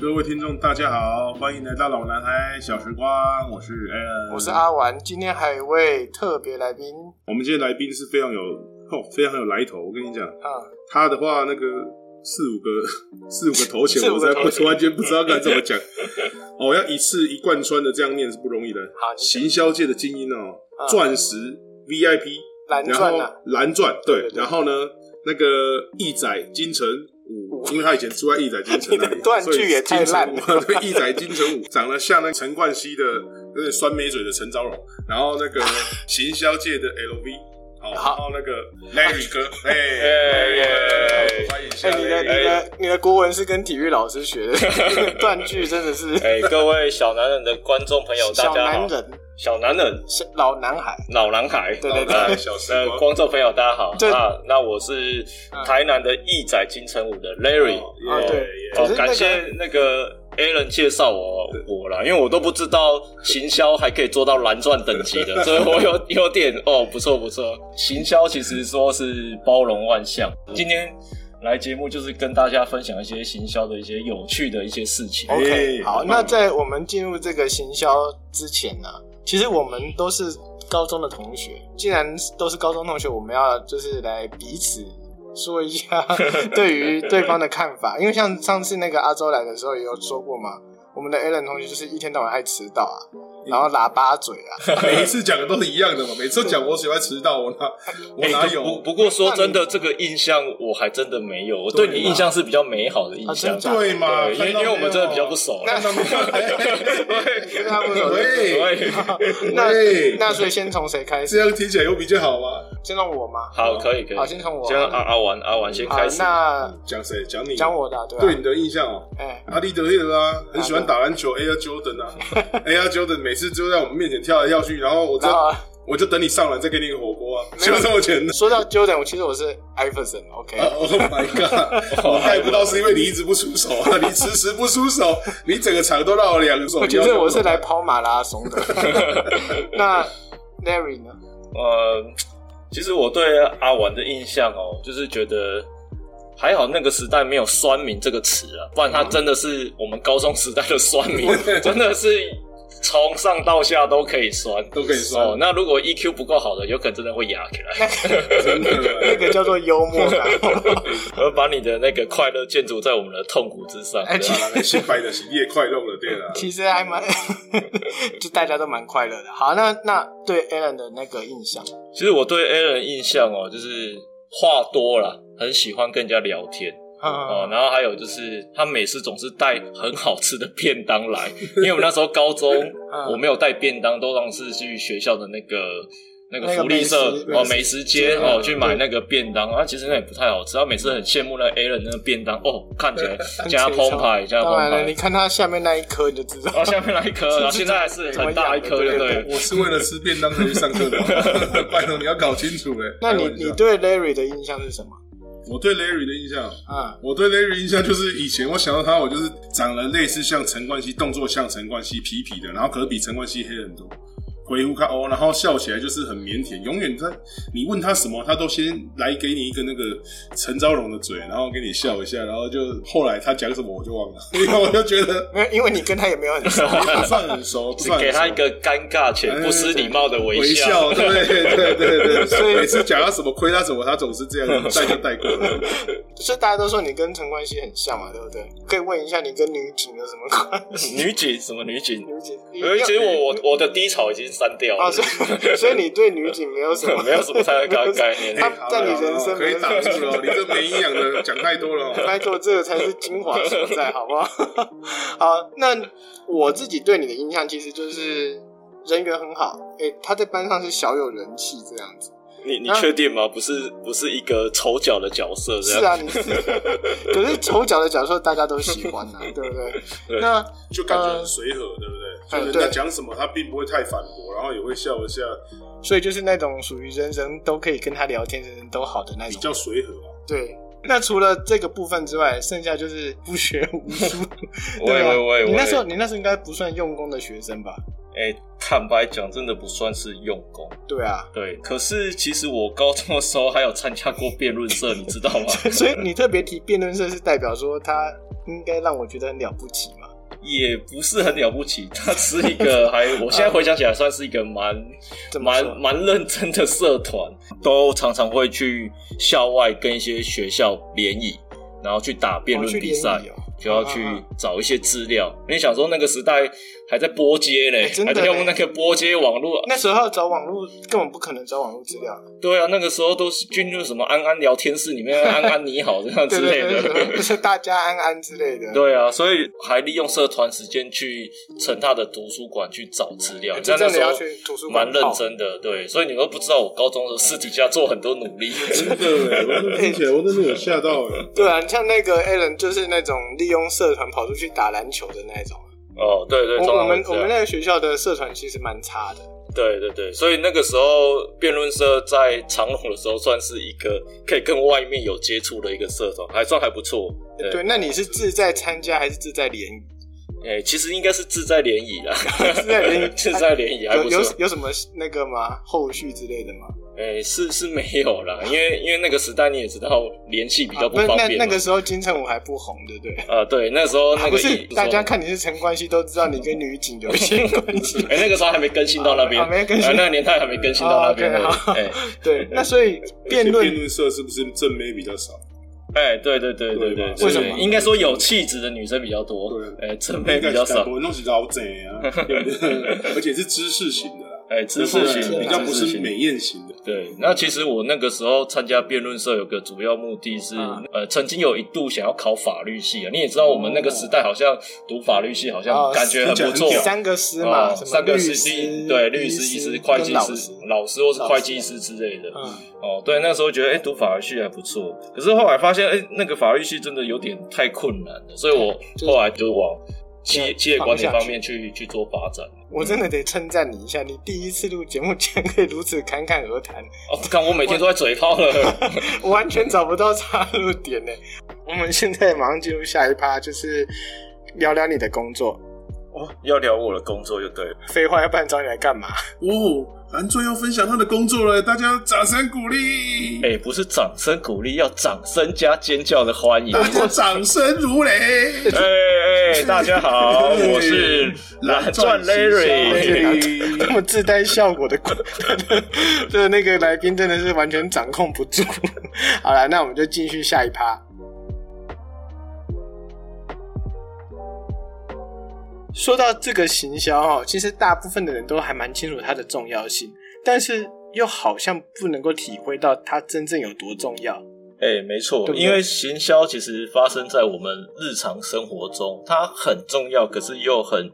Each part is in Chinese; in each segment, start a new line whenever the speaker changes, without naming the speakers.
各位听众，大家好，欢迎来到老男孩小时光，我是 Alan，
我是阿丸，今天还有一位特别来宾
我们今天来宾是非常有哦，非常有来头。我跟你讲，
啊，
他的话那个四五个 四五个头衔，
四
我
五
才
个
不
头衔
突然间不知道该怎么讲。 哦，要一次一贯穿的这样念是不容易的。
好你讲
行销界的精英哦，
啊
钻石 VIP，
蓝
然后
钻啊，
蓝钻对
对对，对
然后呢那个义载金城武，因为他以前住在义载金城那
你
里，
的 断句
所以
也太
金城
烂
武
了
对，义载金城武长得像那个陈冠希的那个酸梅嘴的陈昭荣，然后那个 行销界的 LV。好，然后那个 Larry 哥，哎
哎
，Larry 哥欢迎一下
哎，你的
Larry
你的你的国文是跟体育老师 学的，断句真的 是
哎、各位小男人的观众朋友，大
小
家好
男！人，
小男人，
小老男孩，
老男孩，
对对对
啊
小 时
呃，
光，
观众朋友大家好。
对
那那我是台南的义载金城武的 Larry。
啊
哦
对可
哦
是那，个
感谢那个 Alan 介绍我我啦，因为我都不知道行销还可以做到蓝钻等级的，所以我有有点哦，不错不错。行销其实说是包容万象，今天来节目就是跟大家分享一些行销的一些有趣的一些事情。
哦
哎
OK，好，
很棒
那在我们进入这个行销之前呢、其实我们都是高中的同学，既然都是高中同学，我们要就是来彼此说 一下对于对方的看法，因为像上次那个阿周来的时候也有说过嘛，我们的 Alan 同学就是一天到晚爱迟到啊，
嗯
然后喇叭嘴啊，
每一次讲的都是一样的嘛，每次讲我喜欢迟到，我哪我
哎
哪
不
有？
不过说真的，这个印象我还真的没有。我对你印象是比较美好的印象
啊真，假
对嘛？
对，因
看
为
到
因为我
没有
们真的比较不熟。
看到没有
跟他
哎
们说。
喂，
对，
那
喂
那所以先从谁开始？
这样听起来有比较好吗？
先从我吗？
好，可以可以。
好，先从我。
先让阿阿玩阿玩先
好
开，始。
那
讲谁？讲你？
讲我的啊、对吧、
对你的印象哦。
哎、
阿利德烈德啊，很喜欢打篮球，Air Jordan 啊，Air Jordan 每次就在我们面前跳来跳去，然后我就
然后。啊
我就等你上来再给你个火锅啊，
没有
就这么简 单。
说到 Jordan，我其实我是 Iverson，OK，、
啊 Oh my god！我
哦
盖不到是因为你一直不出手啊，你迟迟不出 手，你整个场都让我两手。
我觉得我是来跑马拉松的。那 Larry 呢？
呃，其实我对阿玩的印象哦，就是觉得还好那个时代没有“酸民”这个词啊，不然他真的是我们高中时代的酸民， 真的是从上到下都可以酸。
都可以酸
哦，那如果 EQ 不够好的，有可能真的会哑起来。
真的
那个叫做幽默感。
而把你的那个快乐建筑在我们的痛苦之上。
哎，其
对啊
实
新白的是夜快弄了，对啦。
其实还蛮，就大家都蛮快乐的。好，那那对 Alan 的那个印象，
其实我对 Alan 的印象哦，就是话多啦，很喜欢跟人家聊天
啊
哦，然后还有就是他每次总是带很好吃的便当来，因为我们那时候高中
嗯
我没有带便当，都当是去学校的那个。那个
那个
福利社
美食
哦，
美食啊
美食街
嗯
哦，去买那个便当啊，其实那也不太好吃。他每次很羡慕那个 Alan 那个便当哦，看起来加
很
澎
垂
湃加澎
当然了，你
湃，
看他下面那一颗你就知道
然。后下面那一颗，然后现在还是很大一颗，对不对？
我是为了吃便当才去上课 的，拜托你要搞清楚哎、
那你
开玩笑
你对 Larry 的印象是什么？
我对 Larry 的印象，
啊，
我对 Larry 印象就是以前我想到他，我就是长得类似像陈冠希，动作像陈冠希，痞痞的，然后可是比陈冠希黑很多，回呼看哦，然后笑起来就是很腼腆，永远他你问他什么，他都先来给你一个那个陈昭荣的嘴，然后给你笑一下，然后就后来他讲什么我就忘了，因为我就觉得
没有，因为你跟他也没有很熟。
不算很熟，不
是
算很
给他一
熟
个尴尬且不失礼貌的微
微笑，
笑。
对对对
所以
对，每次讲他什么亏他什么，他总是这样子带就 带过了。
所以大家都说你跟陈冠希很像嘛，对不对？可以问一下你跟女警有什么关系？
女警什么女警？
女警，
因为其实我我我的低潮已经删掉
啊，
了，
所以所以你对女警没有什么
没有什么太大概 念。
他在你人生
可以打住哎了哦，你这没营养 的讲太多了哦。
拜托，这个才是精华所在，好不好？ 好，那我自己对你的印象其实就是人缘很好，诶、他在班上是小有人气这样子。
你你
啊
确定吗？不是不是一个丑角的角色这
是
样。
啊，你是，可是丑角的角色大家都喜欢呐、对不对？
对
那
就感觉很随和，对不对？
嗯
就人家讲什么，他并不会太反驳，然后也会笑一下，
所以就是那种属于人人都可以跟他聊天，人人都好的那
比
种。
较随和啊。
对。那除了这个部分之外，剩下就是不学无 术。
喂
对啊
喂喂，
你那
喂
时候你那时候应该不算用功的学生吧？
哎，坦白讲，真的不算是用功。
对啊，
对，可是其实我高中的 时候还有参加过辩论社，你知道吗？
所以你特别提辩论社是代表说他应该让我觉得很了不起嘛。
也不是很了不起，它是一个还，我现在回想起来算是一个蛮
怎么
蛮
说？
蛮认真的社团，都常常会去校外跟一些学校联谊，然后去打辩论比赛，
哦去联谊哦
就要去找一些资料。因为想说那个时代还在拨接嘞，
哎真的
还在
嘞
用那个拨接网络。啊
那时候找网络根本不可能找网络资 料，
对啊，那个时候都是进入什么安安聊天室里面安安你好这 样
对
之类
对对
的。
对，对就是大家安安之类的。
对啊，所以还利用社团时间去成大的图书馆去找资料，
哎真
啊那
的
时候
要去图书馆
蛮
泡
认真的，对，所以你都不知道我高中的时候私底下做很多努 力。
真的哎，我真的听起来我真的有吓 到哎。
对啊，像那个 Alan 就是那种利用社团跑出去打篮球的那一种。啊
哦，对对，
我
通
我
常会
们
这
我
样
们那个学校的社团其实蛮差的，
对对对，所以那个时候辩论社在长隆的时候算是一个可以跟外面有接触的一个社团，还算还不错。对，
哎对，那你是志在参加还是志在联 谊？
哎、其实应该是志在联谊啦，
志在联谊
志 在联 谊还
有
不错
有。有什么那个吗？后续之类的吗？
哎、是是没有啦，因为因为那个时代你也知道联系比较不
啊
方
那
便嘛。
那个时候金城武还不红，对不对？
呃，对，那时候那
啊
个
不
一
是，大家。
不
看你是陈冠希都知道你跟女警有一些关系
错。哎、那个时候还没更新到那边，
啊没更新
哎那个年代还没更新到那边。
哦，OK，好
哎、
对，那所以辩
而且辩
论
论社是不是正妹比较少？
哎、对对对对对，
为
对
什么
应该说有气质的女生比较多，
对
哎、正妹比较少，
我弄起老贼啊， 而且是知识型的啦，
哎，知识型
比较不
知识
是
型
美艳型的。
对，那其实我那个时候参加辩论社有个主要目的是，
啊
呃，曾经有一度想要考法律系啊。你也知道，我们那个时代好像读法律系好像
哦
感觉很不错，
听起来很屌
三个师嘛，
哦
什么
三个
律
是
师
律，对
律
律师、医师、会
跟
计
老
师、老师或是会计师之类的。
嗯，
哦，对，那时候觉得哎、读法律系还不错，可是后来发现哎、那个法律系真的有点太困难了，所以我
就是
后来就往企业
对
企业管理
放不下
方面去去做发展。
我真的得称赞你一下，你第一次录节目竟然可以如此侃侃而谈，
哦，看我每天都在嘴 炮了。
我完全找不到插入点呢。我们现在马上进入下一趴，就是聊聊你的工作。
哦，要聊我的工作就对了。
废话，要不然找你来干嘛？
哦，蓝钻要分享他的工作了，大家掌声鼓励，
哎、不是掌声鼓励，要掌声加尖叫的欢迎。
大家掌声如雷。
哎哎、大家 好，我是蓝钻 Larry。
这么自带效果的 的那个来宾真的是完全掌控不住。 好了，那我们就继续下一趴。说到这个行销哦，其实大部分的人都还蛮清楚它的重要性，但是又好像不能够体会到它真正有多重要。
哎、没
对，
错
不对
因为行销其实发生在我们日常生活中，它很重要，可是又很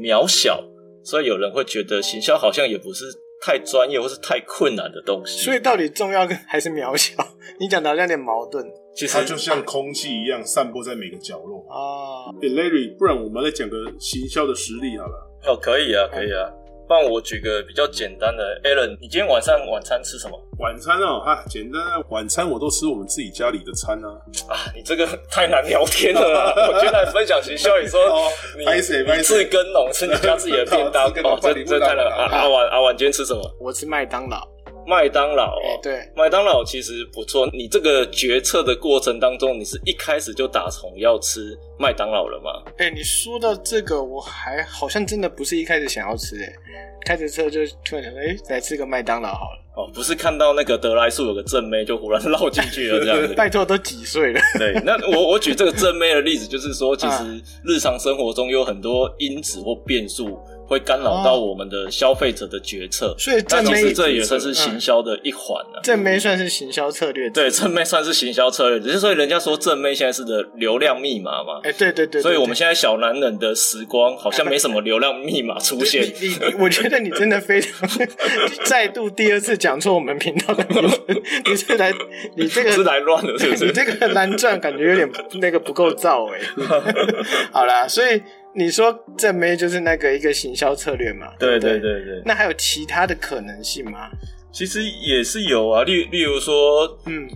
渺小，所以有人会觉得行销好像也不是太专业或是太困难的东西。
所以到底重要跟还是渺小？ 你讲的好像有点矛盾
其实
它就像空气一样散播在每个角落。
啊。
哎、l a r r y 不然我们来讲个行销的实例好了。
哦，可以啊，可以啊。帮我举个比较简单的，Alan，你今天晚上晚餐吃什么？
晚餐哦，哈，简单啊，晚餐我都吃我们自己家里的餐啊。
啊，你这个太难聊天了 啦！我觉得来分享学校，你说
哦
你
拍谁拍
你
谁
自耕农吃你家自己的 便当
自耕，农
哦，这
自
这
耕农
太难了。啊阿婉阿婉今天吃什么？
我吃麦当劳，
麦当劳
哎、
哦，
对，
麦当劳其实不错。你这个决策的过程当中，你是一开始就打从要吃麦当劳了吗？
哎、你说到这个，我还好像真的不是一开始想要吃、哎，开着车就突然想说，哎、来吃个麦当劳好了。
哦，不是看到那个德莱素有个正妹就忽然 绕进去了 这样子。
拜托，都几岁了？
对，那我我举这个正妹的例子，就是说，其
啊
实日常生活中有很多因子或变数会干扰
哦
到我们的消费者的决策，
所以
那
正
其
妹
实这也算
嗯
是行销的一环啊。
正妹算是行销策略。，
对，正妹算是行销策略，只是所以人家说正妹现在是的流量密码嘛。
哎、对对对
所以我们现在小男人的时光好像没什么流量密码出
对
现。
对你你，我觉得你真的非常再度第二次讲错我们频道的名字，你是来你这个
是来乱了，是不
你
是？
这个蓝钻感觉有点那个不够造 哎、好啦，所以你说正妹就是那个一个行销策略嘛？
对
不
对对对，
那还有其他的可能性吗？
其实也是有啊，例例如说，
嗯，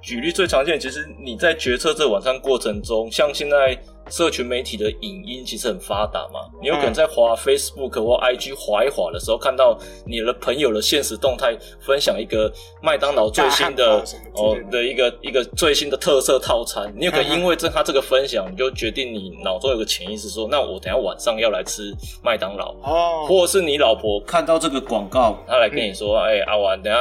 举例最常见，其实你在决策这晚餐过程中，像现在社群媒体的影音其实很发达嘛，你有可能在滑 Facebook 或 IG 滑一滑的时候，看到你的朋友的现实动态分享一个麦当劳最新
大
的
汉堡什么之
哦
类的
的一个一个最新的特色套餐，你有可
嗯
能
哼
因为这他这个分享，你就决定你脑中有个潜意识说，那我等一下晚上要来吃麦当劳，
哦，
或者是你老婆看到这个广告，她来跟你说：“
嗯
哎、阿婉，等一下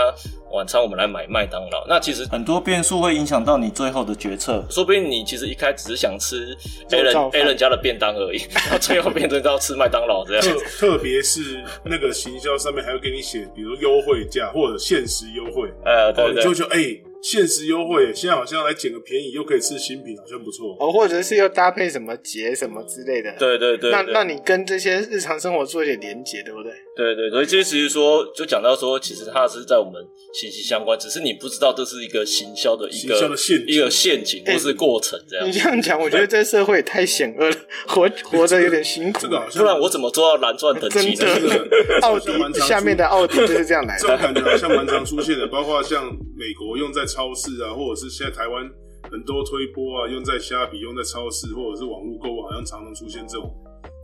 晚餐我们来买麦当劳。”那其实
很多变数会影响到你最后的决策。
说不定你其实一开始只是想吃
肉
A 人
燥饭
A 人家的便当 而已，到最后变成到吃麦当劳这样。
特特别是那个行销上面还会给你写，比如优惠价或者限时优惠，
呃，
哦，
对
你
对
就
对，
觉得哎、限时优惠，现在好像来捡个便宜，又可以吃新品，好像不错。
哦，或者是要搭配什么节什么之类的。
对对对，
那
对
那你跟这些日常生活做一点连接，对不对？
对对，所以这其实说，就讲到说，其实它是在我们息息相关，只是你不知道这是一个行销的一
行
个
销的陷阱
一个陷阱或是过程这样
你。这样讲，我觉得这社会也太险恶了，活活着有点辛苦。
这个好像
不然我怎么做到蓝钻等级
真
呢？
的
这个
奥
这个蛮
迪
常
下面的奥迪就是这样来
这种
的。
感觉好像蛮常出现的，包括像美国用在超市啊，或者是现在台湾很多推波啊，用在虾皮、用在超市或者是网络购物，好像常常出现这种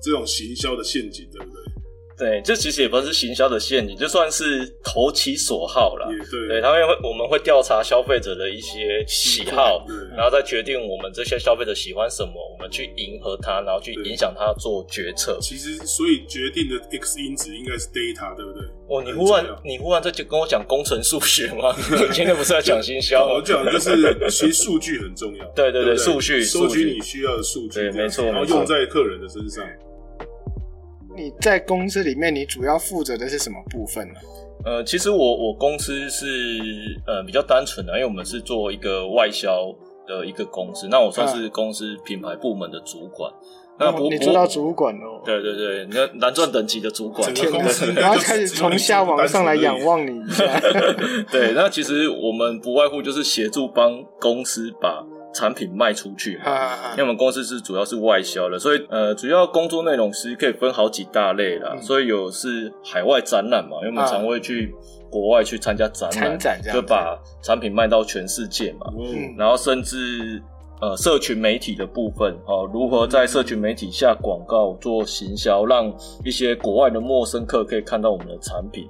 这种行销的陷阱，对不对？
对，这其实也不是行销的陷阱，就算是投其所好啦。
也对，
啊对，他们会我们会调查消费者的一些喜好，
对
然后再决定我们这些消费者喜欢什么，我们去迎合他，然后去影响他做决策。
其实所以决定的 X 因子应该是 data，对不对？
哦，你
很
忽然
重要
你忽然在就跟我讲工程数学吗？ 你今天不是在讲行销
我
吗？
讲就是，其实数据很重要。
对对对
不
数据
收集
数据
你需要的数据，
对
这样子
没错
然后
没错
用在客人的身上。
你在公司里面，你主要负责的是什么部分呢？
呃，其实我我公司是呃比较单纯的，因为我们是做一个外销的一个公司，那我算
啊
是公司品牌部门的主管。那
哦
不
你做到主管哦。
呃对对对，你看蓝钻等级的主管，
整个公司
然后开始从下往上来仰望你一下。
对，那其实我们不外乎就是协助帮公司把产品卖出去嘛。因为我们公司是主要是外销的，所以呃，主要工作内容其实可以分好几大类啦。
嗯
所以有是海外展览嘛，因为我们
啊
常会去国外去参加展
参
览，
展这样
就
子
把产品卖到全世界嘛。
嗯，
然后甚至呃社群媒体的部分哦，如何在社群媒体下广告做行销，让一些国外的陌生客可以看到我们的产品。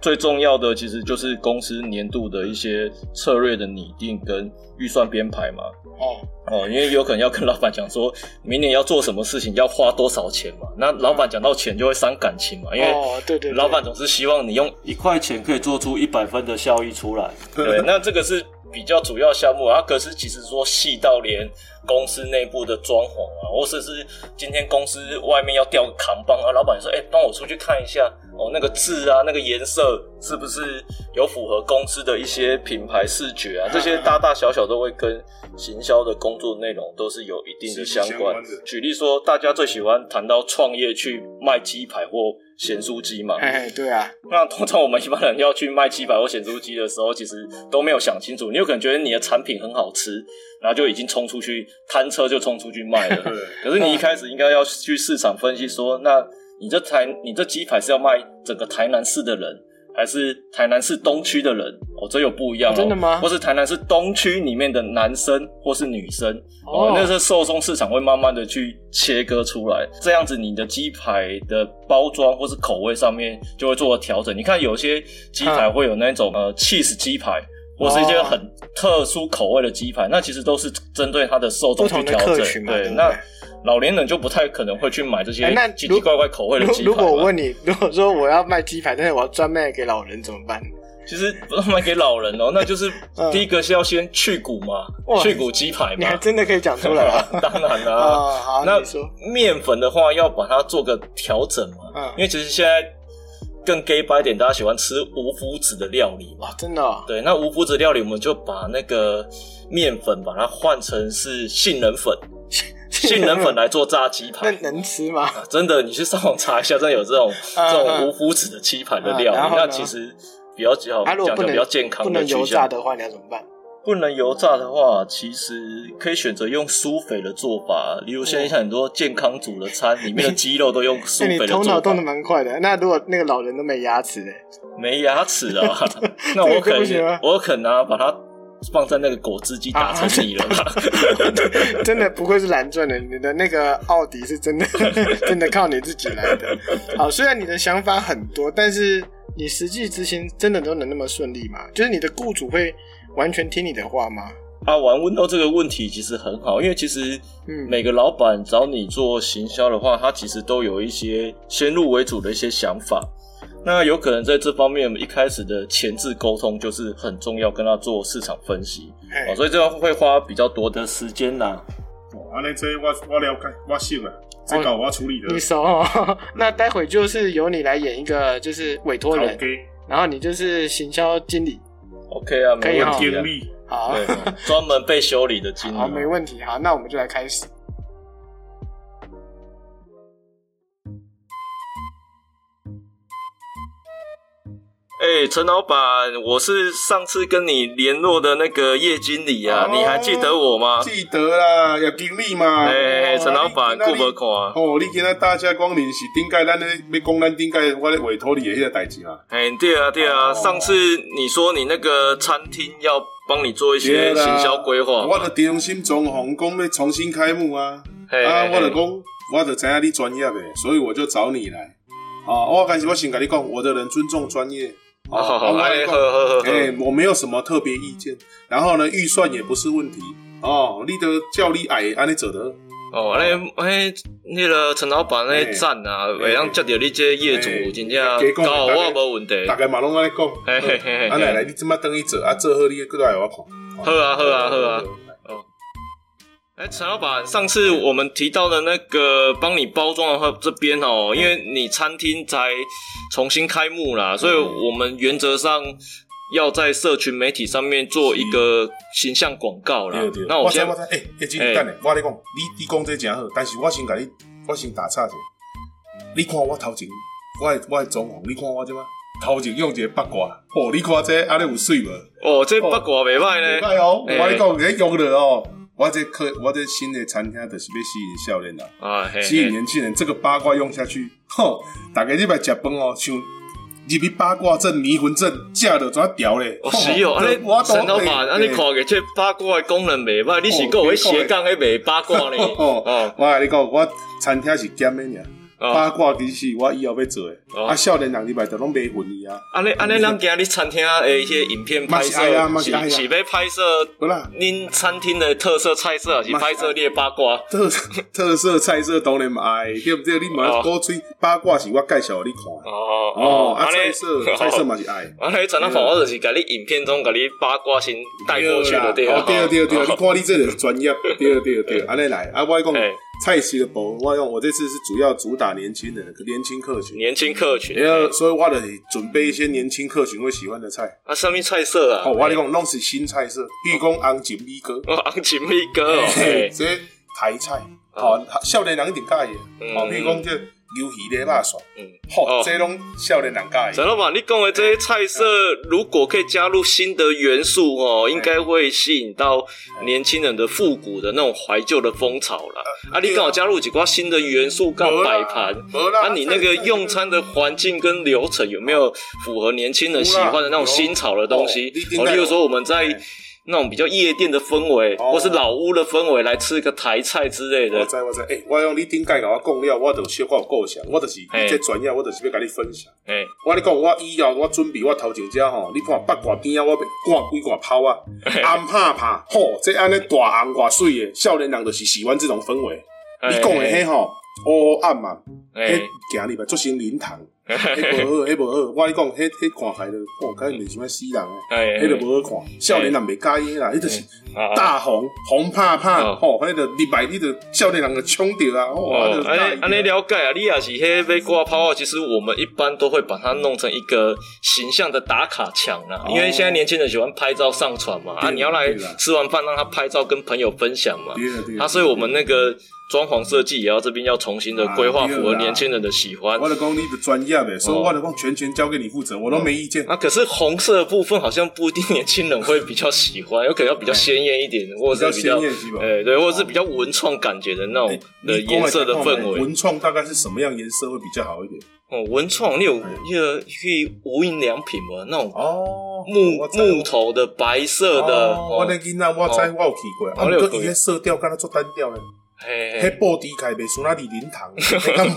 最重要的其实就是公司年度的一些策略的拟定跟预算编排嘛。
哦，
哦，因为有可能要跟老板讲说，明年要做什么事情，要花多少钱嘛。那老板讲到钱就会伤感情嘛，因为
哦，对对，对
老板总是希望你用
一块钱可以做出一百分的效益出来，
哦
对，那这个是比较主要项目啊。可是其实说细到连公司内部的装潢啊，或者是今天公司外面要吊个扛棒啊，老板说：“哎、帮我出去看一下哦，那个字啊，那个颜色是不是有符合公司的一些品牌视觉 啊？”这些大大小小都会跟行销的工作内容都是有一定的相
息息相
关
关的。
举例说，大家最喜欢谈到创业去卖鸡排或咸酥鸡嘛，
哎，对啊，
那通常我们一般人要去卖鸡排或咸猪鸡的时候，其实都没有想清楚。你有可能觉得你的产品很好吃，然后就已经冲出去摊车就冲出去卖了。
对，
可是你一开始应该要去市场分析说，那你这台你这鸡排是要卖整个台南市的人，还是台南市东区的人？哦，这有不一样、哦
哦真的吗
或是台南市东区里面的男生或是女生？哦
哦，
那是受众市场会慢慢的去切割出来，这样子你的鸡排的包装或是口味上面就会做调整。你看有些鸡排
嗯
会有那种呃 cheese 鸡排。或是一些
哦
很特殊口味的鸡排，那其实都是针对它的受
不
众去
同的
调整。
客群嘛，对不
那
对
老年人就不太可能会去买这些
哎那
奇
如
奇怪怪口味的鸡
如
排。
如果我，问你，如果说我要卖鸡排，但是我要专卖给老人怎么办？
其实不是卖给老人 哦，那就是
嗯
第一个是要先去骨嘛，
哇
去骨鸡排
你还
嘛。
真的可以讲出来 啊！
当然啦、
哦，好，
啊那
你说，
面粉的话，要把它做个调整嘛，
嗯
因为其实现在更 gay 白一点，大家喜欢吃无麸质的料理嘛。
哇，真的 哦，
对，那无麸质料理，我们就把那个面粉把它换成是杏 仁粉，杏仁粉来做炸鸡
那
排。
能吃吗？
啊真的，你去上网查一下，真的有这种
啊
这种无麸质的鸡排的料
啊然
理，
后呢
那其实比较比较
啊，如
讲
果不
究比
能
较健康
不
的
能
取
油
向
炸。的话，你要怎么办？
不能油炸的话，其实可以选择用酥肥的做法，例如现在很多健康组的餐里面的鸡肉都用酥
那
肥
你
的
头
做
脑动
法
得。蛮快的。那如果那个老人都没牙齿嘞，
没牙齿啊，那我可
这个不行
能
啊
我可能啊把它放在那个果汁机打成你了
啊
嘛。
真的不愧是蓝钻的，你的那个奥迪是真的 真的靠你自己来的。好，虽然你的想法很多，但是你实际执行真的都能那么顺利吗？就是你的雇主会完全听你的话吗？
啊，玩 Windows 这个问题其实很好，因为其实
嗯
每个老板找你做行销的话，他其实都有一些先入为主的一些想法。那有可能在这方面一开始的前置沟通就是很重要，跟他做市场分析
哎、
哦，所以这样会花比较多的
的时间呐、
哦，安尼这我我了解，我信了，这个我要处理的。
你熟、 哦，那待会就是由你来演一个，就是委托人，
OK，
哦
然后你就是行销经理。
OK 啊，
可
没
以
问
哦
题
经
啊。
历
好，
对，专门被修理的经
好，没
理。
问题。好，那我们就来开始。
哎，陈老板，我是上次跟你联络的那个叶经理啊，
哦
你还记得我吗？
记得啦，也经历嘛。
哎，
哦
陈老板，
你今
顾
天
不看啊？
哦，你今仔大家光临是顶盖咱咧要讲咱顶盖我咧委托你的迄个代志啊。
哎，对啊，对啊，上次你说你那个餐厅要帮你做一些
对啦
行销规划嘛，
我著重新装潢，讲要重新开幕啊。
嘿
啊，
嘿
我就
嘿
讲，我就知影你专业的，所以我就找你来。啊，我开始我先跟你讲，我的人尊重专业。
好好好，
啊
哎，
我跟你
呵呵呵
讲哎
呵，，
我没有什么特别意见。然后呢，预算也不是问题。哦，你的教你矮安尼做的，
哦，那哎，那个陈老板那
嘿
赞啊，
嘿
会让接到你这业主
嘿
真
加
正
讲
搞
大
我
家
无问题
大，概嘛拢安尼讲。
嘿嘿嘿嘿
啊来来，你即马等伊做，啊做好你过来给我看。
好啊好啊好啊。哎，陈老板，上次我们提到的那个帮你包装的话，这边哦，因为你餐厅才重新开幕啦，所以我们原则上要在社群媒体上面做一个形象广告啦
对对。。
那
我知
先
我知，哎，叶经理等下，我跟你讲，你你讲这真好，但是我先甲你，我先打岔者。你看我头前，我的我的装潢，你看我即马头前用一个八卦，哦，你看这安尼有水无？
哦，这八卦袂歹
袂
呢。
歹哦，我
哎
跟你讲，你用了哦。我这客，我这新的餐厅就是要吸引少年人，
啊，嘿
吸引
嘿，
年轻人。这个八卦用下去，吼，大家你来食饭哦，像入去八卦阵、迷魂阵，食到怎屌咧？
哦是哦，
吼
啊
这我
你
都
陈老板，
会
啊你
哎
看个这八卦的功能袂歹，你是
哦
够会
你讲的
斜杠的卖八卦呢？
哦
哦，
我甲你讲，我餐厅是减的尔，八
哦，
卦其实是我以后要做的。
哦
啊，少年人入来就拢袂混伊啊，
安尼安尼，咱今日餐厅的一些影片拍
嘛是爱啊
摄，
嘛是爱啊
是是要拍摄
好啦，
您餐厅的特色菜色，是拍摄列八卦。
特 特色菜色当然嘛爱，对不对？你嘛要
哦
鼓吹八卦是我介绍给你看的。
哦
哦，啊，
这样
菜 色菜色。嘛是爱。
啊，那陈老板，我就是给你影片中给你八卦先带过去的，
对啦
吧
哦？对对对，
哦
你看你这就是专 业，对对对，安尼来，啊，我跟你讲
哎
菜系的部分，我讲我这次是主要主打年轻人，年轻客群，
年轻客群，
然后所以我就是准备一些年轻客群会喜欢的菜。
啊，上面菜色啊，
哦，我跟你讲，拢是新菜色，比如讲红锦米糕，
哦，红琴米哥哦，嘿
这台菜，哦，少年人一定介意。
嗯
哦，比如讲这牛鱼的肉串，
嗯
吼
哦，
这拢少年人介
陈老板，你讲的这些菜色，如果可以加入新的元素哦，应该会吸引到年轻人的复古的那种怀旧的风潮啦。啊，你刚好加入几挂新的元素，刚好
没啦
摆盘，
意。无啦
啊，你那个用餐的环境跟流程有没有符合年轻人喜欢的那种新潮的东西
有有？
哦，
有
例如说我们在
哎
那种比较夜店的氛围，
哦
或是老屋的氛围来吃个台菜之类
我
的
知。我知，诶，我用你顶届甲我讲了，我就小可有构想，我就是
嘿
你这专业，我就是要甲你分享。
哎
我跟你讲，我以后我准备我头前遮吼，你看八卦边啊，我要挂几挂炮啊，暗拍拍，吼，这安尼大红大水的，少年人就是喜欢这种氛围。你讲的迄吼，黑暗嘛，迄
哎
行入来做成灵堂，迄无好，迄无好。我跟你讲，迄迄看起来就，我感觉是想要死人诶，
哎
迄就无好看。少年人袂介意啦，迄就是
啊
大红红怕怕，
哦
吼，迄就入来，你就少年人就冲着啊，吼，啊
哦
就，介
安
意
尼安尼了解啊，你也是黑被挂抛啊。其实我们一般都会把它弄成一个形象的打卡墙啦，
哦
因为现在年轻人喜欢拍照上传嘛，
对
啊，
啦
你要来
对啦
吃完饭让他拍照跟朋友分享嘛，
对了对了
啊，所以我们那个装潢设计也要这边要重新的规划，
啊对啦
符合年轻人的喜欢
啊我。就讲你的专业的，所以我就讲全权交给你负责，我都没意见。
哦啊，可是红色的部分好像不一定年轻人会比较喜欢，有可能要比较鲜艳一点，或者是比较
哎比较鲜艳是吧，
哎，对，或者是比较文创感觉的那种的
你讲
颜色的氛围。
文创大概是什么样颜色会比较好一点？
哦，文创你有那个去无印良品嘛？那种
哦，哦，
木
我知
木头的白色的，
哦我
哦
那囡仔我知我有去过，啊，
哦
不
你有
过伊
去
迄色调敢若做单调咧，
嘿
迄
嘿，
布迪开袂输那李林堂，迄敢无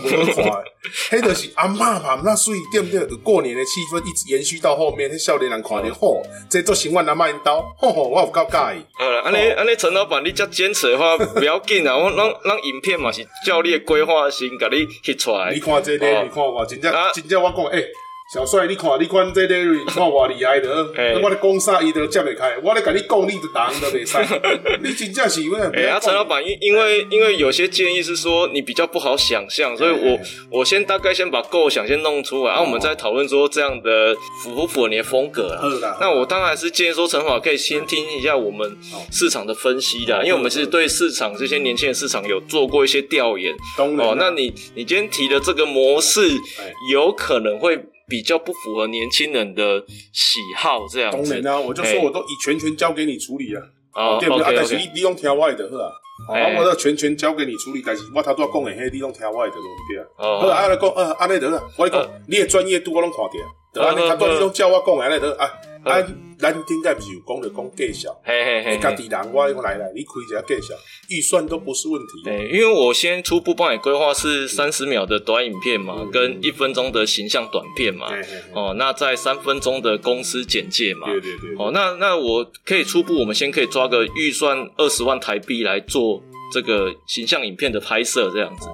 好看的，迄 就是阿嬷嘛，那水对不对？过年的气氛一直延续到后面，迄少年人看着吼，这做新闻阿嬷因兜，吼吼，我有够介意。
好了，安尼
哦
安尼，陈老板，你遮坚持的话不要 紧啊，我让让影片嘛是照你的规划先给你翕出来
你。看这个，
哦
你看我，真正
啊
真正我讲，诶，小帅，你看你看这个，你看我厉害的，
嘿
我咧讲啥伊都接袂开，我咧甲你讲，你就答应都袂 使，你真正是为
哎、啊，陈老
了。
板，因因为因为有些建议是说你比较不好想象，所以我
哎
我先大概先把构想先弄出来，然、啊、后我们再讨论说这样的符不符合你的风格啊
好
啦。
啦，
那我当然是建议说，陈华可以先听一下我们市场的分析的，因为我们是对市场这些年轻人市场有做过一些调研
当然啦
哦。那你你今天提的这个模式
哎，
有可能会比较不符合年轻人的喜好这样
当
子
然啦，啊我就说
嘿
我都以全权交给你处理啊，
哦
对不对？啊，
OK
但是
OK，
你你用听我的就好啊。好啊
哎，
我都全权交给你处理，但是我头拄仔讲的迄，你拢听我的就无对啊。好
哦
啊，，啊来讲，呃，安尼就好啊。我跟你讲，你
呃
的专业度我拢看着，就安尼，
呃
头拄仔你拢照我讲的安尼就好啊。啊
呃，
咱顶个不是有讲着讲介绍。
嘿嘿嘿
你家
嘿。
己人，我用来来，你开一下介绍，预算都不是问题。
对，因为我先初步帮你规划是三十秒的短影片嘛，
嗯
跟一分钟的形象短片嘛。
嘿嘿嘿
哦，那在三分钟的公司简介嘛。
对对对，
哦，那那我可以初步，我们先可以抓个预算二十万台币来做这个形象影片的拍摄，这样子。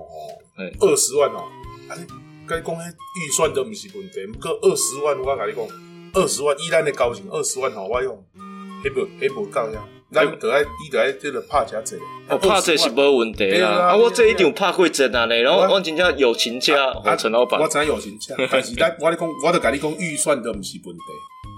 哎
二十万哦，啊，你该讲迄预算都毋是问题，不过二十万我甲你讲，二十万以咱的交情，二十万吼，我用，迄无迄无够呀，咱得爱你得爱这个拍啊遮济，
我怕这哦是无问题
对
啦，
啊
啊，我这一场拍过针啊呢，然
我
后我真正友情价
啊
哦陈老板
我，知影有钱请，但是咱我咧讲，我著甲你讲预算都毋是问题，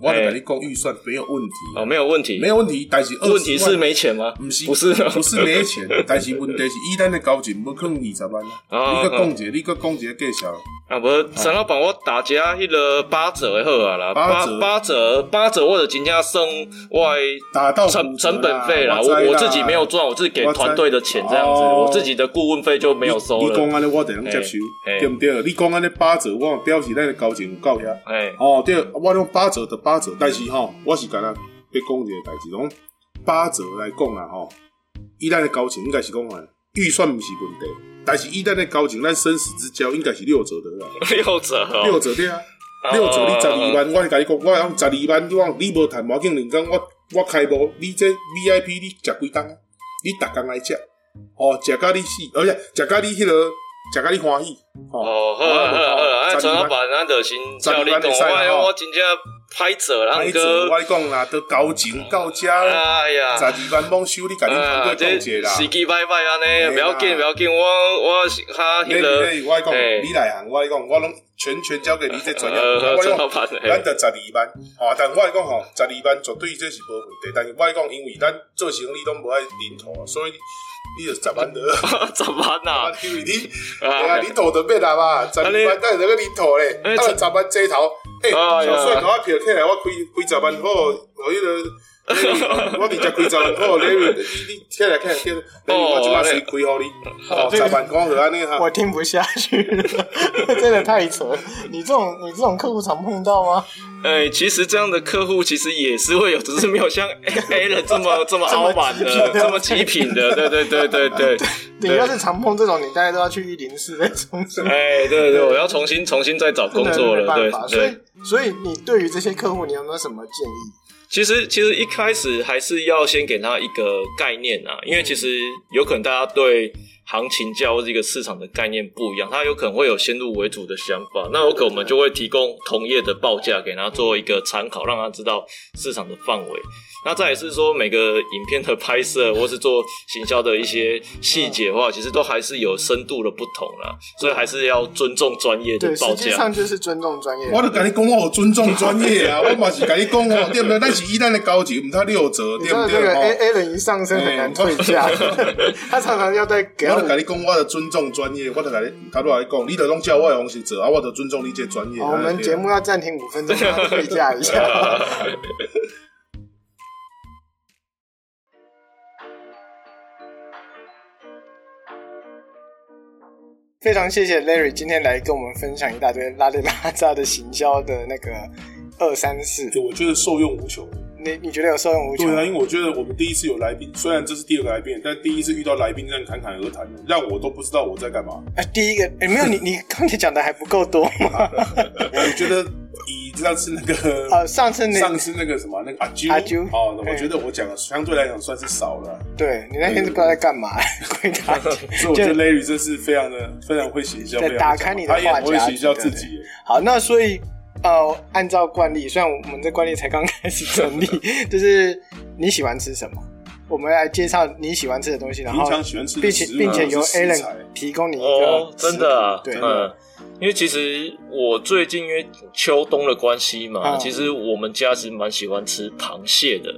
我著甲你讲预算没有问
哦，
题，
没有问题，
没有问题，但是20万
问题是没钱吗？
不是
不是，哦
不是没钱，但是问题是伊咱的交情要坑二十万啊！
哦
你搁讲一个，你搁讲一个介绍，
啊，无陈老板，我打折迄个八折的好啊啦，
八
八
折
八折八折，我的真正算我的
打啊到
成成本费
啦
啦，，
知
我我自己没有赚，我是给
我知
团队的钱这样子，
哦
我自己的顾问费就没有收
你你讲
了。
安尼，我得能接受，
嘿
对不对？你讲安尼八折，我表示咱的交情有够遐。
哎，
哦，对，我用八折的八折，但是吼，我是敢若要讲一个代志，讲八折来讲啊吼，以咱的交情应该是讲啊，预算毋是问题，但是以咱的交情，咱生死之交应该是六折的啦，
六折
六
哦，
折对啊。
哦
六折你十二万，我甲你讲，我讲十二万，你讲你无趁，无要紧，人工我我开无，你这 V I P 你食几档啊？你逐工来食，哦，食甲你死，而且食甲你迄落，食甲你欢喜，
哦，好啊好啊好啊，啊，陈老，板，咱就先照你讲，
十二万
我
哦
我真正拍折，
我
然
我折，
啊哥，
哎我讲啦，都交情到遮，十
哎呀。
二万罔收，你甲你团
啊，
队
这
讲者
时
啦。
机拜拜安
啦
尼，不要紧不要紧，我我是哈
你
迄
你
个，
你，我讲
嘿
你来行，我讲我拢全权交给你这专业，
呃，
我
陈老
讲。
板，嘿
咱就十二万，吼、但我来讲吼，十二万绝对这是无问题。但是我来讲，因为咱做生意拢无爱零头，所以你就十万得。
怎么呐？
因为你，哎呀，
啊，
你头都灭啊嘛，十二万咱那个零头嘞，
哎
咱就十万这头。哎、
哎呀
小帅，给我票起来，我开开十万好，我迄个。我直接开十万好，你你你起来起来起来，你我即马先开好你，哦，十万讲就安尼哈
我。听不下去了， 真的太扯！你这种你这种客户常碰到吗？
哎、其实这样的客户其实也是会有，只是没有像 A 人这么这么傲慢的，这么极品的，对对对对 对。
你要是常碰这种，你大概都要去一零四在 冲绳，
哎，对对，我要重新重新再找工作
真的没
了，
办
对
法。所
对。
以所以你对于这些客户，你有没有什么建议？
其实其实一开始还是要先给他一个概念啊，因为其实
嗯
有可能大家对行情价或者一个市场的概念不一样，他有可能会有先入为主的想法。那有可能我们就会提供同业的报价给他做一个参考，让他知道市场的范围。那再也是说每个影片的拍摄或是做行销的一些细节的话，其实都还是有深度的不同啦，所以还是要尊重专业的
对，
报
实际
价。
上就是尊重专业人。
我就甲你讲，我有尊重专业 啊，我嘛是甲你讲哦，对不对？咱是以咱的高级，毋他六折，
你
对
知道
不
这
对？
个 A
哦，
A 人一上升 很难退价，他常常要再给他
我就甲你讲，我的尊重专业，我就甲你，他都来讲，你就拢照我的方式做啊，我就尊重你这专业。
好我
安
们
尼对啊
节目要暂停五分钟，让 他退价一下。 非常谢谢 Larry 今天来跟我们分享一大堆拉里拉扎的行销的那个二三四，
我觉得受用无穷。
你你觉得有受用无
对
穷？
啊，因为我觉得我们第一次有来宾，虽然这是第二个来宾，但第一次遇到来宾这样侃侃而谈，让我都不知道我在干 嘛。
啊，第一个，哎、没有你，你刚才讲的还不够多 吗？
我觉得以上次 那个
呃，上次那
上次那个什么那个阿啾
阿啾
哦，
嗯
我觉得我讲的相对来讲算是少了，
对你那天是不知道在干 嘛，鬼打墙
所以我觉得 Larry 真是非常的非常会行销，
对
非常会
打开你的
他也很
话
会
匣
行销
子
自
对
己耶。
好，那所以呃，按照惯例，虽然我们这惯例才刚开始 成立，就是你喜欢吃什么，我们来介绍你喜欢吃的东西，然
平
后
常喜欢吃的
并且
食物啊
并且由
是食材
Alan 提供你一
哦
个，
真的啊，
对
嗯，因为其实我最近因为秋冬的关系嘛，
嗯
其实我们家是蛮喜欢吃螃蟹的，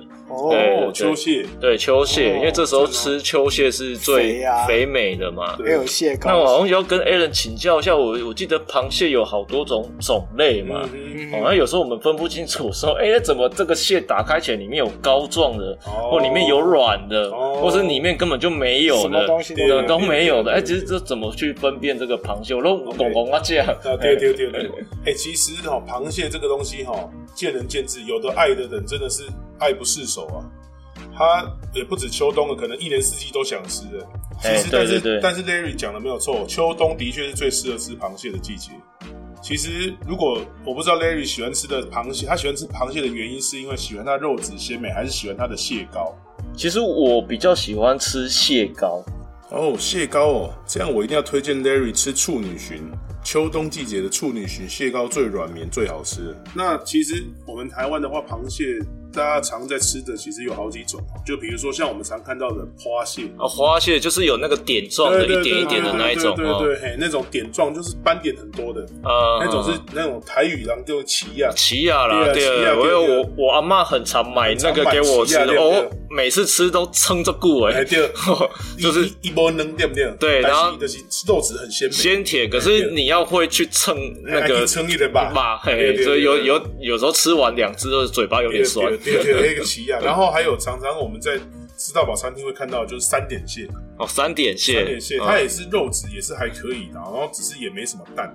对
哦，
哦，秋蟹
对秋蟹，
哦
因为这时候吃秋蟹
肥
是最
啊
肥美的嘛。
对
也有蟹
那我
膏
好，像也要跟 Alan 请教一下，我我记得螃蟹有好多种种类嘛，
嗯
哦，那有时候我们分不清楚，说，哎、怎么这个蟹打开起来里面有膏状的，
哦
或里面有卵的，
哦
或是里面根本就没有
什么
的，
东西都
对
有
都没有的。
对
哎、
对
其实这怎么去分辨这个螃蟹？我都拱拱啊这样，
啊，对对对对，哎、其实哈、螃蟹这个东西哈、见仁见智，有的爱的人真的是爱不释手啊。他也不止秋冬了，可能一年四季都想吃的。其
哎
实，但是、
对对对
但是 Larry 讲的没有错，秋冬的确是最适合吃螃蟹的季节。其实，如果我不知道 Larry 喜欢吃的螃蟹，他喜欢吃螃蟹的原因是因为喜欢它肉质鲜美，还是喜欢它的蟹膏？
其实我比较喜欢吃蟹膏，
哦，蟹膏哦，这样我一定要推荐 Larry 吃处女鲟。秋冬季节的处女鲟蟹膏最软绵，最好吃。那其实我们台湾的话，螃蟹大家常在吃的其实有好几种，哦就比如说像我们常看到的花蟹，
啊，花蟹就是有那个点状的，
对
一点一点的那一种
对对对对对，嘿，那种点状就是斑点很多的，
哦啊，
那种是那种台语狼就奇亚，
奇亚啦，
对啊奇亚
对，我
对对
我我阿妈很常买那
很
个
常买
给我吃
奇亚，对对
哦，每次吃都撑着顾哎
哎，对，
就是
一一波能对不对？
对然后
但是就是肉质很鲜美，
鲜甜，可是你要会去蹭那
哎
个
一撑一点吧，
吧，
对
嘿，
对
所以有
对
有有时候吃完两只，就是嘴巴有点酸
对对对，对那个奇亚。然后还有常常我们在吃到饱餐厅会看到，就是三点蟹，
哦。三点蟹，
三点蟹
嗯
它也是肉质也是还可以的，然后只是也没什么蛋。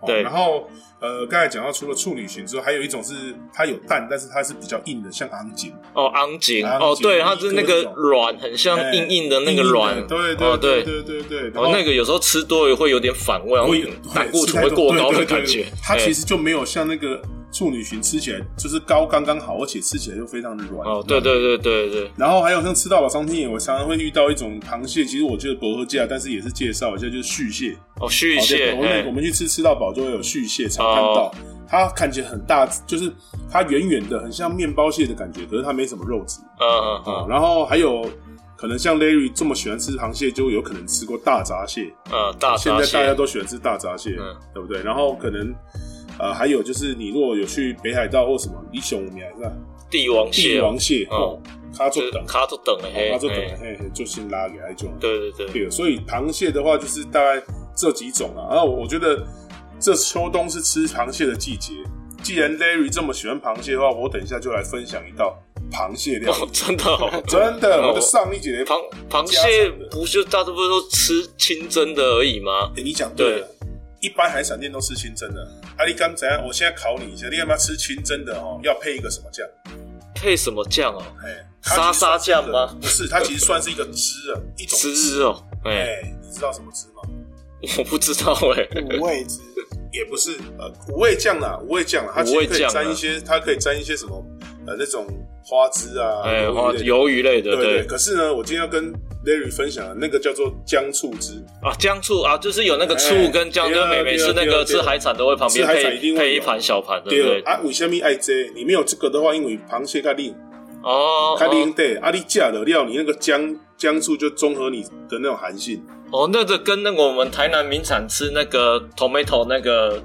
哦
对
然后呃，刚才讲到除了处女鲟之后，还有一种是它有蛋，但是它是比较硬的，像昂锦。
哦，昂颈
昂
哦，
颈
对，它是那个
一个
卵，很像
哎
硬硬的那个
硬
卵，
硬的对
哦
对对
对
对对对。
哦，那个有时候吃多了会有点反胃，然后
会
胆固
吃
醇
太
会
多
过高
对对
的
对
感觉
对。它
哎
其实就没有像那个处女鲟吃起来就是高刚刚好，而且吃起来又非常的软。
哦，对对对对对，
然后还有像吃到饱餐厅，我常常会遇到一种螃蟹，其实我觉得薄荷价，但是也是介绍一下，就是续蟹。
哦，续蟹，
我们我
哎，
们去吃吃到饱就会有续蟹，常看到、
哦
它看起来很大，就是它圆圆的，很像面包蟹的感觉，可是它没什么肉质
嗯嗯
啊、
嗯
然后还有可能像 Larry 这么喜欢吃螃蟹，就有可能吃过大闸蟹，
嗯，大
现
闸
在大家
蟹，
都喜欢吃大闸蟹，
嗯
对不对？然后可能呃还有就是你如果有去北海道或什么，你熊苗是吧？啊
帝王蟹
帝
哦，
王蟹
嗯
哦，它
就
就是等。
卡住等了，嘿，
哦他就等
嘿
嘿嘿，就先拉给他就
对对对，
对，所以螃蟹的话就是大概这几种啊。然后我觉得这秋冬是吃螃蟹的季节。既然 Larry 这么喜欢螃蟹的话，我等一下就来分享一道螃蟹 料理。
哦，真的哦，
真的，
哦
我的上一节、
螃螃蟹不就大部分都吃清蒸的而已吗？
欸你讲对了。一般海产店都吃清蒸的，啊阿力刚怎样？我现在考你一下，你要不要吃清蒸的哦？要配一个什么酱？
配什么酱哦？
哎、
沙沙酱吗？
不是，它其实算是一个汁啊，一种
汁。哦，哎、
哎、你知道什么汁吗？
我不知道哎、
五味汁，
也不是呃五味酱啦，五味酱啦，它其实可
五味
以
酱啊
沾一些，它可以沾一些什么呃那种花枝啊，
哎、
鱿鱼
花
类的
鱿鱼类的，
对
对
对。可是呢，我今天要跟 Larry 分享的啊那个叫做姜醋汁，
啊，姜醋啊，就是有那个醋
哎
跟姜，
对
跟
啊
每每
对啊
次那
对啊
个
对
吃
啊
海产都会旁
吃
边
海产一
配
定会有
配一盘小盘的，
对
对
啊，为什么爱这？你没有这个的话，因为螃蟹咖喱
哦
咖喱
哦
对，啊你加了料，你那个姜姜醋就综合你的那种寒性，
哦，那个跟那个我们台南名产吃那个 tomato 那个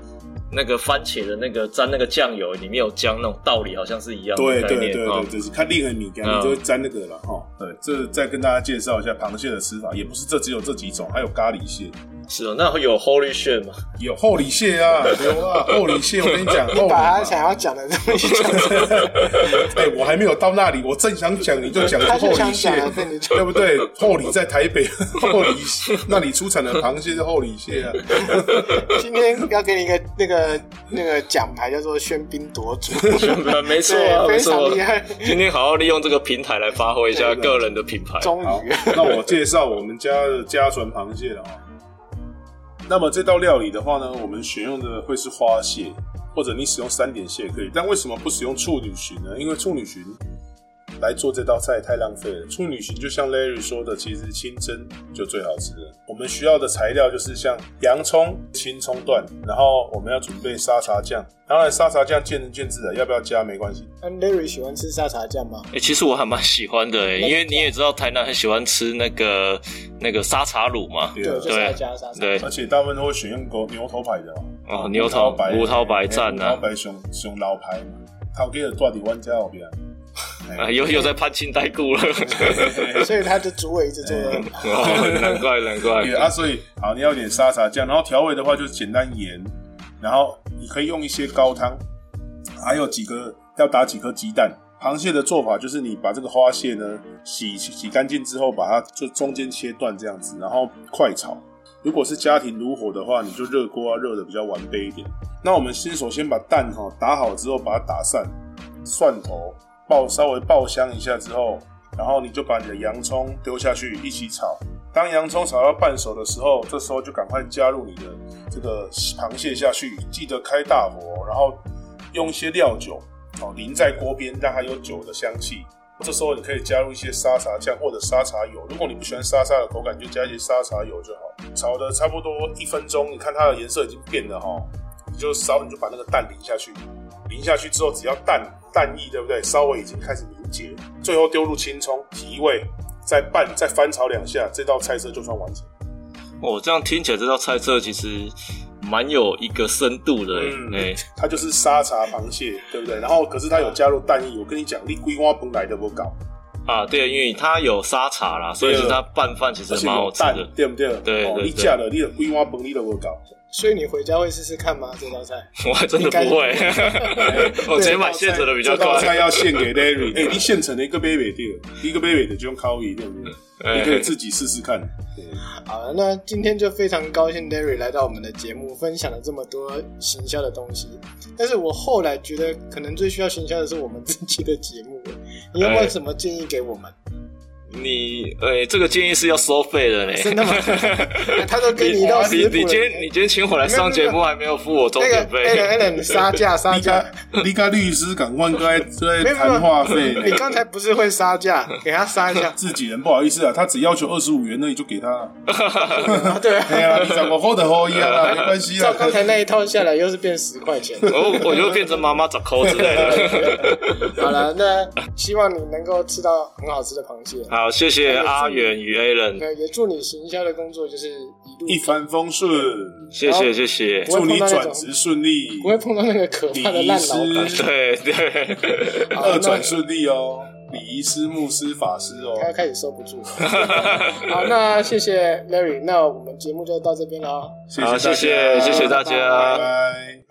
那个番茄的那个沾那个酱油，里面有姜那种道理，好像是一样的
对
概
对
念
对对，
哦
对就是看另一个米干，
嗯
你就会沾那个了哈。对，这再跟大家介绍一下螃蟹的吃法，也不是这只有这几种，还有咖喱蟹。
是哦，那会有 Holy shit 吗？
有厚礼蟹啊，有啊，厚礼蟹，我跟你讲，
你
厚礼
把
嘛
他想要讲的东西讲 出来，
哎、我还没有到那里，我正想讲，你就讲
他
厚
就
礼
想
蟹
讲，了，被你
对不对？厚礼在台北， 厚礼那里出产的螃蟹是厚礼蟹啊。
今天要给你一个那个那个奖牌，叫做喧宾夺主，
没错啊，
对，
没
非
错
常厉
啊。
害，
今天好好利用这个平台来发挥一下个人的品牌。
终
好
于，
那我介绍我们家的家传螃蟹了啊。那么这道料理的话呢，我们选用的会是花蟹，或者你使用三点蟹可以。但为什么不使用处女鲟呢？因为处女鲟来做这道菜太浪费了。处女鲟就像 Larry 说的，其实清蒸就最好吃了。我们需要的材料就是像洋葱、青葱段，然后我们要准备沙茶酱。当然，沙茶酱见仁见智了，要不要加没关系。
那 Larry 喜欢吃沙茶酱吗？
哎、其实我还蛮喜欢的、 欸，因为你也知道台南很喜欢吃那个那个沙茶卤嘛，
对
对，
啊
就是要加沙茶。
对，
而且大部分都会选用狗牛头牌的嘛
哦牛头
白哎欸
牛头牌赞啊
牛头牌熊熊老牌嘛，头家就住伫阮遮后 边。
啊，又又在攀亲带故了，
所以他的主委一直坐在那
哦，难怪难怪
对，啊，所以好，你要有点沙茶酱，然后调味的话就是简单盐，然后你可以用一些高汤，还有几个要打几颗鸡蛋。螃蟹的做法就是你把这个花蟹呢洗洗干净之后，把它就中间切断这样子，然后快炒。如果是家庭炉火的话，你就热锅要热的比较完备一点。那我们先首先把蛋哈、打好之后，把它打散，蒜头爆稍微爆香一下之后，然后你就把你的洋葱丢下去一起炒。当洋葱炒到半熟的时候，这时候就赶快加入你的这个螃蟹下去，记得开大火，然后用一些料酒哦淋在锅边，让它有酒的香气。这时候你可以加入一些沙茶酱或者沙茶油，如果你不喜欢沙沙的口感，就加一些沙茶油就好。炒的差不多一分钟，你看它的颜色已经变了哈，你就稍你就把那个蛋淋下去，淋下去之后，只要蛋蛋液对不对？稍微已经开始凝结，最后丢入青葱提味，再拌再翻炒两下，这道菜色就算完成。
哦，这样听起来这道菜色其实蛮有一个深度的、欸，
嗯
哎、
它就是沙茶螃蟹，对不对？然后可是它有加入蛋液，我跟你讲，你龟蛙本来的我搞，
啊，对，因为它有沙茶啦，所以是它拌饭其
而
实
且
蛮
有
好吃
蛋
的，。
对不对？
对
哦
对
你
对
假的，你的龟蛙本你的我搞。
所以你回家会试试看吗？这道菜？
我还真的不会， 我直接买现成的比较啊
这道
快。
菜要献 给 Larry，哎、你
啊
现成的一个 baby 对，一个 baby 的就用 c o 对不对？你可以自己试试看。对
好了，那今天就非常高兴 Larry 来到我们的节目，分享了这么多行销的东西。但是我后来觉得，可能最需要行销的是我们自己的节目。你有没有
哎
什么建议给我 们？
你哎、这个建议是要收费的嘞、
真的吗？他都 给你一道食
你
谱了。
你今天你今天请我来上节目，还没有付我钟
那
点
个 a l a
费
n。a l a n 杀价杀
你
价
家，你家律师赶快该在
没有没有
谈话费呢，。
你刚才不是会杀价？给他杀一 下
自己人不好意思啊，他只要求二十五元，那你就给他。
啊对啊，
哎呀，你怎么厚的厚一样 啊，没关系
照
啊。
刚才那一套下来，又是变十块钱。
哦，我就变成妈妈找扣之 类的。
好了，那希望你能够吃到很好吃的螃 蟹。
好，谢谢阿远与 Alan，
呃对，也祝你行销的工作就是一路
一帆风顺，
谢谢谢谢。
祝你转职顺利
不，会碰到那个可怕的
李医
烂老板。
师
对对，
好
二转
那
顺利哦，礼仪师、牧师、法师哦。
他开始收不住 了。好，那谢谢 Larry，那我们节目就到这边了哦。
谢
好，谢谢谢谢大
家，拜
家。
拜。